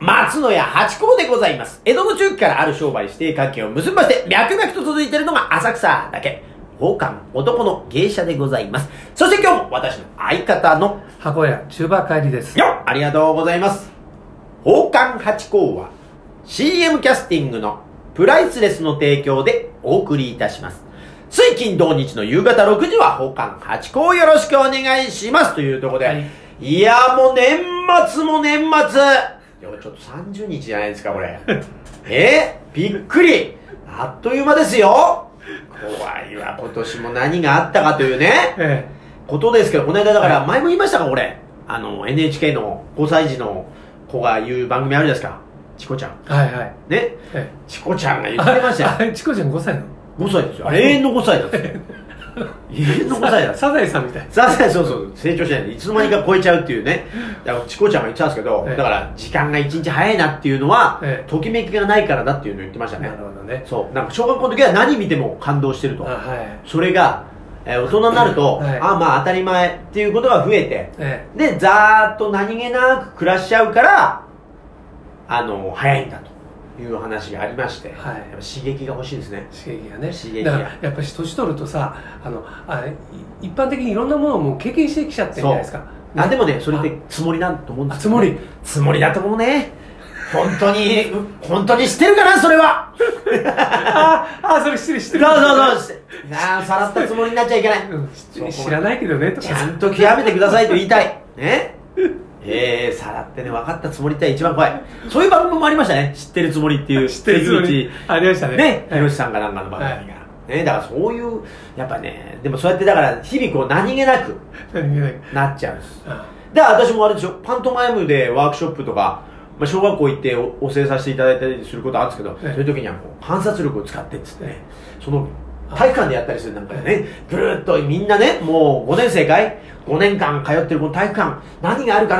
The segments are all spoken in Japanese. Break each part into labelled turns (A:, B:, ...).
A: 松野屋八甲でございます。江戸の中期からある商売指定関係を結びまして、脈々と続いているのが浅草だけ。宝冠男の芸者でございます。そして今日も私の相方の
B: 箱屋中馬帰りです
A: よっありがとうございます。宝冠八甲は CM キャスティングのプライスレスの提供でお送りいたします。水金土日の夕方6時は宝冠八甲よろしくお願いしますというところで、
B: はい
A: い、やもう年末も年末いやちょっと30日じゃないですかこ れ。えびっくりあっという間ですよ怖いわ、今年も何があったかというね。
B: え
A: ことですけど、この間だから、
B: は
A: 前も言いましたか、俺。あの、NHK の5歳児の子が言う番組あるじゃないですか。チコちゃん。
B: えはいはい
A: ね。
B: え
A: チコちゃんが
B: え
A: 言ってました よ。
B: よチコちゃん5歳なの
A: 5歳ですよ。
B: あ
A: 永遠の5歳なんです よ。永遠の5歳なんですよ。
B: サザエさんみたい
A: さあ、そうそう、成長しないで、いつの間にか超えちゃうっていうね。だから、チコちゃんが言ってたんですけど、
B: ええ
A: だから、時間が1日早いなっていうのは、
B: ええ
A: ときめきがないからだっていうのを言ってましたね
B: な。るほどね
A: そう。なんか、小学校の時は何見ても感動してる
B: あ
A: と。
B: はい
A: それが、えー大人になると、
B: はい
A: あまあ当たり前っていうことが増えて、
B: え
A: で、ざーっと何気なく暮らしちゃうから、あの、早いんだという話がありまして、
B: は
A: や
B: い
A: っぱ刺激が欲しいですね
B: え。刺激がね
A: 刺激が
B: だからやっぱり年取るとさあのあい一般的にいろんなものをもう経験してきちゃってるじゃないですか
A: あ、で
B: も
A: もね、それってつもりなんと思うんです
B: つもり
A: つもりだと思うね。本当に、う本当に知ってるかな、それは。
B: ああそれ失礼し
A: そ
B: て
A: う
B: る
A: そうそう。なあ、さらったつもりになっちゃいけない。
B: うん知知らないけどねとか
A: ちゃんと極めてくださいと言いたい。ねえー、さらってね、分かったつもりって一番怖い。そういう番組もありましたね。知ってるつもりっていう。
B: 知ってるつもりありましたね
A: ね、
B: はい
A: ひろしさんかなんかの番組が。ね、だからそういう、やっぱね、でもそうやってだから、日々こう何気なく
B: 何気ない
A: なっちゃうんです。
B: あ
A: だから私もあれでしょ、パントマイムでワークショップとか、まあ、小学校行っておお教えさせていただいたりすることあるんですけど、
B: ええ
A: そういう時にはこう観察力を使ってっつってね、その体育館でやったりするなんかでね、ぐるっとみんなね、もう5年生かい ?5 年間通ってるこの体育館、何があるか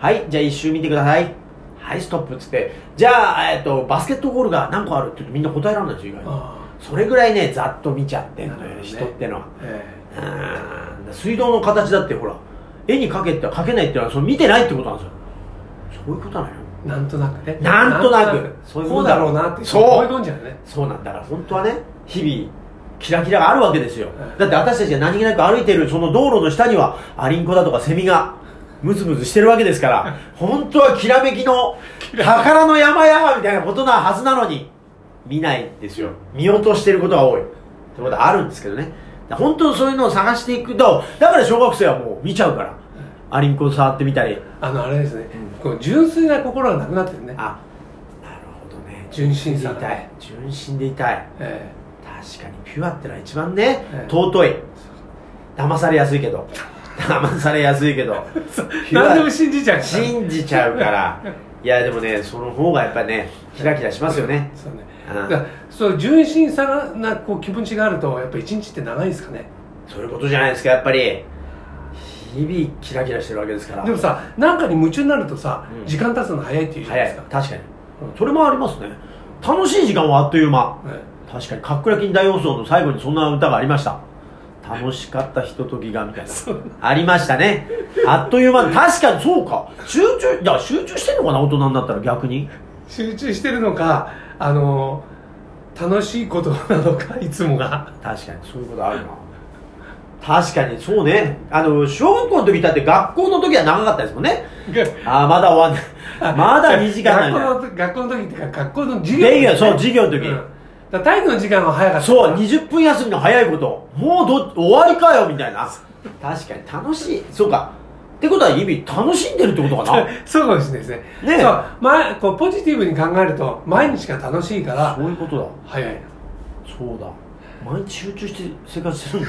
A: なはい、じゃあ一周見てください。はい、ストップっつって、じゃあ、えっと、バスケットボールが何個あるって言ってみんな答えられないですよ、意外に。
B: あ
A: それぐらいね、ざっと見ちゃってんの
B: なる
A: よ、
B: ほどね
A: 人ってのは。
B: え
A: うーん水道の形だってほら絵に描けって描けないってのはその見てないってことなんですよそういうことなのよ
B: えなんとなくね
A: なんとなくそういう
B: こ
A: もん
B: う
A: だ
B: だ
A: ろ
B: ろ
A: う
B: うなって
A: そう
B: 思い込んじゃうね
A: そうなんだから本当はね日々キラキラがあるわけですよ
B: はい
A: だって私たちが何気なく歩いてるその道路の下にはアリンコだとかセミがムズムズしてるわけですから本当はきらめきの宝の山々みたいなことなはずなのに見ないんですよ見落としてることが多いってことはあるんですけどねだから本当そういうのを探していくとだから小学生はもう見ちゃうからアリンコを触ってみたり
B: あのあれですね、こう純粋な心がなくなってるね
A: あなるほどね
B: 純真
A: で
B: さ
A: い
B: が
A: たい純真でいたい
B: え
A: 確かにピュアってのは一番ね、
B: ええ
A: 尊い騙されやすいけど騙されやすいけど
B: え何でも信じちゃうから
A: 信じちゃうからいやでもねその方がやっぱねキラキラしますよね
B: そうね
A: うん
B: だからそう純真さがなこう気持ちがあるとやっぱ一日って長いですかね
A: そういうことじゃないですかやっぱり日々キラキラしてるわけですから
B: でもさなんかに夢中になるとさ、
A: うん
B: 時間経つの早いって言うじゃない
A: 早
B: で
A: い
B: すか
A: 確かにそれもありますね楽しい時間はあっという間
B: うん
A: 確かに「かっくらきん大放送」の最後にそんな歌がありました楽しかったひとときがみたいな
B: そう
A: ありましたねあっという間に確かにそうか集中だから集中してんのかな大人になったら逆に
B: 集中してるのかあの楽しいことなのかいつ もが
A: 確かにそういうことあるな確かにそうねあの小学校の時だって学校の時は長かったですもんねああまだ終 わんないまだ2時間ないみたいな
B: 学校の学校の時っていうか学校の授業
A: 授業そう授業の時、
B: うんだから体育の時間は早かった
A: そう20分休みの早いこともうど終わりかよみたいな確かに楽しいそうかってことは日々楽しんでるってことかな
B: そうかもしれないですね
A: ねえ
B: そう、ま、こうポジティブに考えると毎日が楽しいから
A: そういうことだ
B: 早い
A: そうだ毎日集中して生活してるんだ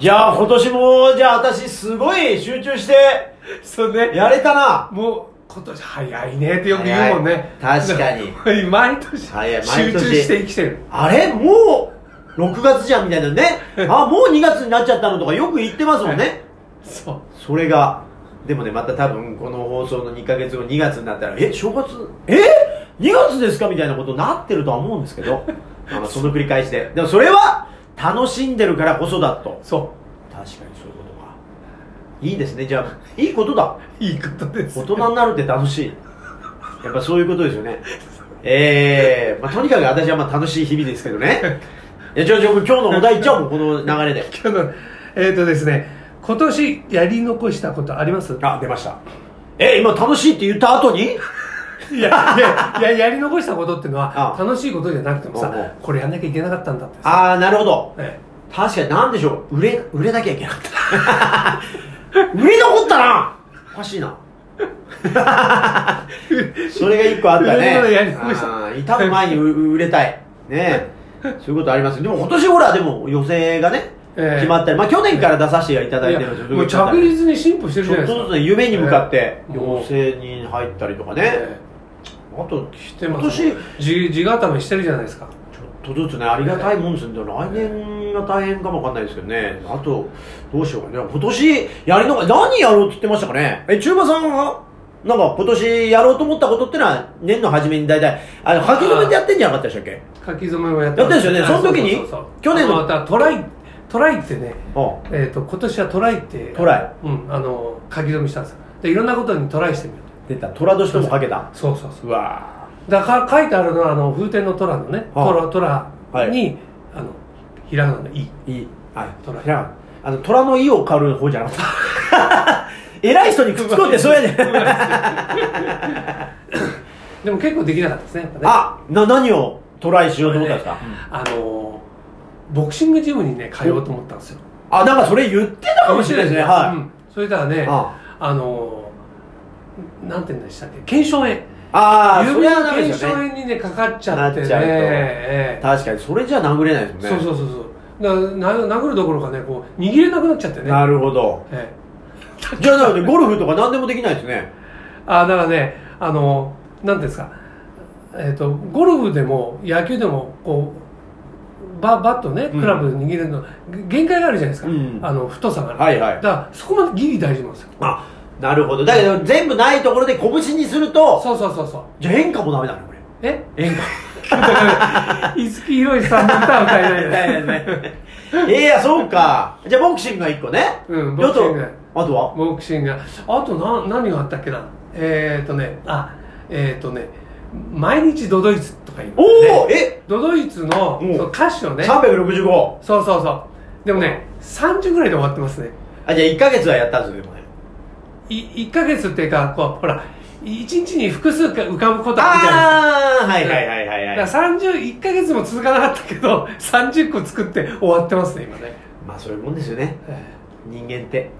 A: いやー今年もじゃあ私すごい集中して
B: それで
A: やれたな
B: もう今年早いねってよく言うもんね
A: 早い確かに
B: に 毎年
A: 早い毎
B: 集
A: 年
B: 中して生きてる
A: あれもう6月じゃんみたいな ねあもう2月になっちゃったのとかよく言ってますもんね
B: そう
A: それがでもねまた多分この放送の2ヶ月後2月になったらえ正月え2月ですかみたいなことになってるとは思うんですけ どまあまあその繰り返しででもそれは楽しんでるからこそだと
B: そ
A: 確かにそういうことかいいですねじゃあいいことだ
B: ういいことです
A: 大人になるって楽しいやっぱそういうことですよね。えー、まあ、とにかく私はまあ楽しい日々ですけどね。いや、じゃあ、じゃあもう今日のお題いっちゃおう、もうこの流れで。
B: 今日のえっ、とですね今年やり残したことあります
A: あ、出ました。え、今楽しいって言った後に
B: いやいやいややり残したことっていうのは
A: あ
B: 楽しいことじゃなくても
A: おうおう
B: さこれやんなきゃいけなかったんだってさ、
A: あー、なるほど。
B: え
A: 確かに何でしょう。売れ、売れなきゃいけなか った。売れ残ったなおかしいな。 それが一個あったね。
B: いろいろやり残した
A: あー痛む前にう売れたい。ねえ。そういうことあります。でも今年ほら、でも予選がね、
B: ええ
A: 決まったり、まあ去年から出させていただ
B: え
A: いてるんです
B: もう着実に進歩してる
A: ち
B: じゃ
A: ょ
B: な
A: っ
B: いです
A: と
B: か
A: ずつね、夢に向かって、
B: ええ
A: 養成に入ったりとかね。
B: え
A: あと、
B: えして
A: 今
B: ま
A: 年、
B: す
A: ちょ
B: 地地固めしてるじゃないですか
A: っとずつね、ありがたいもんですんで、来年が大変かもわかんないですけどね。あと、どうしようかね。今年、やりのが、何やろうって言ってましたかね。え、中馬さんは、なんか今年やろうと思ったことってのは、年の初めに大体、あの、書き留めてやってんじゃなかったでしたっけ
B: 書き初めもやって
A: やってるんですよね
B: あ
A: その時に
B: うう
A: 去年の
B: あまたトライトライってね
A: うん。
B: えー、と今年はトライって
A: トラ
B: イ、うん、あの書き留めしたんですよでいろんなことにトライしてみよう
A: 出た。虎年ともかけた。
B: そうそうそう
A: わ
B: だから書いてあるのはあの風天の虎のね
A: はあ
B: 虎虎に、あのひらがなの「い」
A: ぁ。いい。はい。
B: 虎
A: 知らん。あの、虎の意を狩る方じゃなかった。 偉い人にくっつこうって、そうやねん。
B: でも結構できなかったですねやっぱね
A: あな何をトライしようと思ったんですか、
B: あのボクシングジムにね通おうと思ったんですよ
A: あなんかそれ言ってたかもしれないですねはい、
B: うん、それからねあ
A: あ
B: のなんて言うんでしたっけ腱鞘炎
A: あー
B: 有
A: そ
B: 名
A: れは
B: な
A: ダメ
B: 腱
A: です
B: 鞘
A: よね
B: 炎にねかかっちゃって
A: なっ
B: ね
A: ちゃうと
B: ええ
A: 確かにそれじゃ殴れないですもんね
B: そうそうそうそうだな殴るどころかねこう握れなくなっちゃってね
A: なるほど
B: え
A: じゃあなのでゴルフとか何でもできないですね
B: えあだからねあの何ですかえっ、とゴルフでも野球でもこうババットね
A: うん
B: クラブ握るの、げ限界があるじゃないですか、
A: うん
B: あの太さがね、
A: はいはい
B: だからそこまでギリ大丈夫なんですよ
A: あなるほどだけど全部ないところで拳にすると
B: そうそうそうそう
A: じゃあ演歌もダメだね これ
B: え
A: 演歌
B: 五木ひろしさんの歌は歌 えない
A: ええやそうかじゃあボクシングが1個ね
B: うん
A: であと
B: ボクシング
A: あとは
B: ボクシングがあとな何があったっけなえっ、とねあえっ、とね毎日ドドイツとか言う
A: おお、え
B: ドドイツの
A: うん
B: その歌手をね
A: 365
B: そうそうそうでもね30ぐらいで終わってますね
A: あじゃあ1ヶ月はやったんですよでもね
B: い1ヶ月っていうかこうほら1日に複数か浮かぶことあるじゃないですか
A: ああーはいはいはいはいはい
B: だから31ヶ月も続かなかったけど30個作って終わってますね今ね、
A: まあそういうもんですよね
B: え
A: 人間って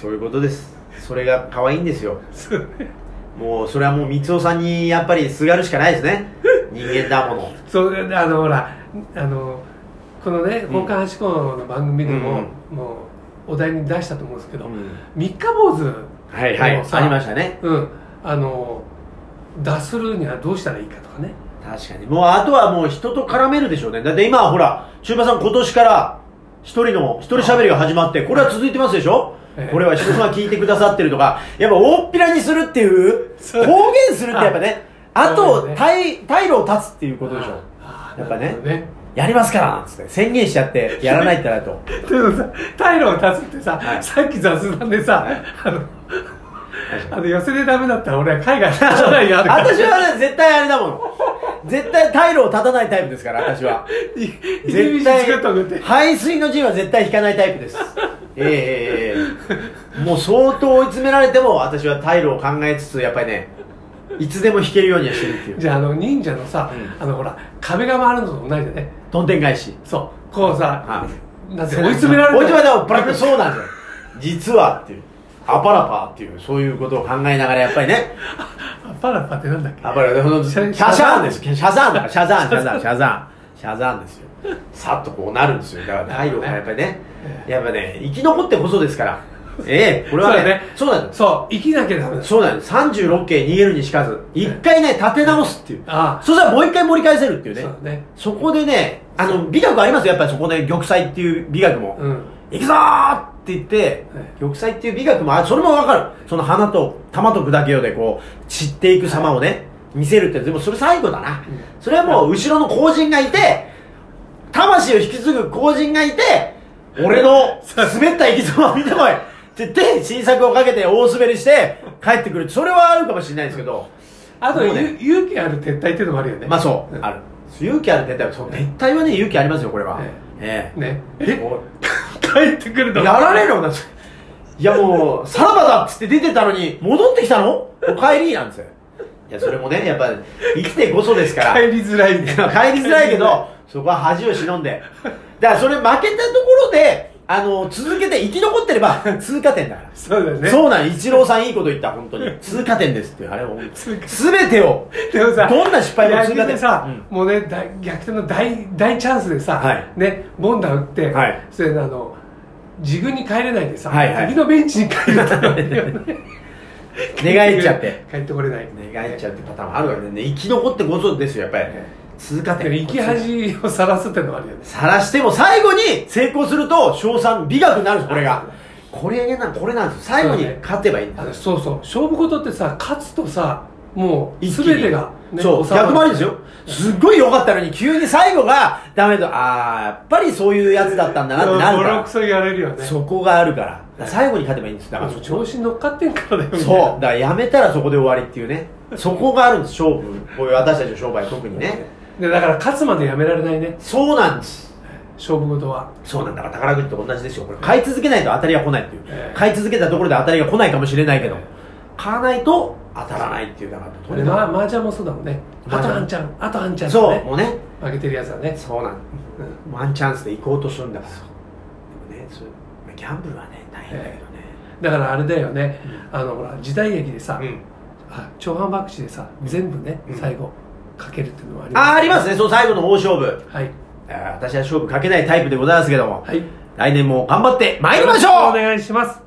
A: そういうことですそれが可愛いんですよ
B: ーそうね
A: もうそれはもう三尾さんにやっぱりすがるしかないです ね人間だもの
B: そうあのほらあのこのね
A: ん
B: 本館橋校の番組でも、もうお題に出したと思うんですけど、三日坊主
A: はいはい
B: もうさ
A: ありましたね
B: うんあの脱するにはどうしたらいいかとかね
A: 確かにもうあとはもう人と絡めるでしょうねだって今はほら中馬さん今年から一人の一人喋りが始まってこれは続いてますでしょ
B: ええ
A: これは人が聞いてくださってるとかやっぱ大っぴらにするっていう
B: そう
A: 公言するってやっぱね
B: あ
A: あ
B: そう
A: と
B: だ
A: 退退路を断つっていうことでしょ
B: あー
A: やっぱね
B: なるほどね
A: やりますからつって宣言しちゃってやらないってなると
B: でもさ退路を断つってさ、
A: はい
B: さっき雑談でさ、
A: はい
B: あのあの寄せでダメだったら俺は海外に行かないよ
A: 私はね絶対あれだもん絶対退路を断たないタイプですから私は
B: 絶
A: 絶
B: 対
A: 対
B: 作っとくって
A: 排水の陣は絶対引かないタイプですええええええもう相当追い詰められても私は退路を考えつつやっぱりねいつでも引けるようにはしてるっていう
B: じゃああの忍者のさ、
A: う
B: あのほら壁が回るのと同じでね
A: とんでん返し
B: そうこうさ、
A: は
B: なんて追い詰められる
A: 追い詰められてもブラックそうなんですよ実はっていうアパラパーっていうそういうことを考えながらやっぱりね
B: あパラパってなんだっけ
A: あ、これ、ほんとシャシャザーンです。シャザーンだから、シャザーン、シャザーン、シャザーン。シャザーンですよ。さっとこうなるんですよ。だから、太陽がやっぱりね、やっぱね、生き残ってこそですから。ええこれはね、そ
B: そ
A: うう
B: だ
A: な
B: ね
A: んです。
B: そう生きなきゃダメだ
A: そうなんです。36件逃げるにしかず、一回ね、立て直すっていう。
B: あ
A: そしたらもう一回盛り返せるっていう
B: そ
A: ね
B: う。だね
A: そこでね、あの、美学ありますよ。やっぱりそこで玉砕っていう美学も。
B: うん
A: 行くぞーって言って、玉砕っていう美学もあそれもわかるその花と玉と砕けようでこう散っていく様をね見せるってでもそれ最後だな、
B: ん
A: それはもう後ろの後人がいて魂を引き継ぐ後人がいて俺の滑った生き様を見てこいって言って新作をかけて大滑りして帰ってくるそれはあるかもしれないですけど
B: あと、
A: もうね
B: ゆ勇気ある撤退っていうのもあるよね。
A: まあそう、
B: うん
A: ある勇気ある撤退そう撤退はね勇気ありますよこれは
B: え
A: ええ
B: ね。
A: おい
B: 帰ってくる の
A: やられるよな。いやもう、さらばだっつって出てたのに、戻ってきたのお帰りなんですよ。いや、それもね、やっぱ、生きてこそですから。
B: 帰りづらいね。
A: 帰りづらいけど、そこは恥を忍んで。だからそれ負けたところで、あの、続けて生き残ってれば、 通過点だから。
B: そうだよね。
A: そうなん、一郎さんいいこと言った、本当に。通過点ですっていう、あれを
B: 通過。点
A: すべてを、
B: でもさ、
A: どんな失敗も
B: 野
A: 通
B: 球
A: 過
B: で
A: 点
B: さ、
A: うん
B: もうね、大逆転の大大チャンスでさ、
A: はい
B: ね、ボンダ打って、
A: はい
B: それであの、自分に帰れないでさ、
A: はいはい
B: 敵のベンチに帰れたのによね
A: 寝返っちゃ って。。
B: 帰ってこれない。
A: 願いちゃうってパターンもあるわけでね、生き残ってこそですよ、やっぱり
B: ね。
A: 通過
B: でも
A: 点。
B: 生き恥をさらすってのもあるよね。
A: さらしても最後に成功すると賞賛美学になるんですこれがこれなんこれなんです最後に
B: そうね
A: 勝てばいいんで
B: あ
A: す
B: のそうそう、勝負事ってさ、勝つとさ、もう、
A: 一
B: す
A: 気に
B: べてが、ね、
A: そう
B: 収まる
A: 逆もありですよすっごい良かったのに急に最後がダメだとああやっぱりそういうやつだったんだなってなる
B: ボ
A: か
B: ロク
A: ら
B: ソ言われるよね。
A: そこがあるからだから最後に勝てばいいんですだから
B: もう調子に乗っかってんからだよみたい
A: そう
B: な
A: だからやめたらそこで終わりっていうねそこがあるんです勝負こういう私たちの商売特にね
B: でだから勝つまでやめられないね
A: そうなんです
B: 勝負事は
A: そうなんだから宝くじと同じですよこれ買い続けないと当たりは来ないっていう、
B: ええ
A: 買い続けたところで当たりが来ないかもしれないけど、
B: ええ
A: 買わないと当たらないっていうだからとにか
B: まあ、麻雀もそうだもんね。あと半ちゃん、あと半ちゃ
A: く
B: ん、
A: そう、
B: ね。
A: もうね
B: 負けてるやつはね。
A: そうなんワンチャンスで行こうとするんだからでもねそうギャンブルはね大変だけどね、
B: だからあれだよね。あの、ほら、時代劇でさ、
A: うん
B: あ長半博打でさ、全部ね、
A: うん
B: 最後、かけるっていうのはあります。
A: ああありますねその最後の大勝負
B: はい。
A: あー私は勝負かけないタイプでございますけども、
B: はい。
A: 来年も頑張って参りましょう
B: お願いします。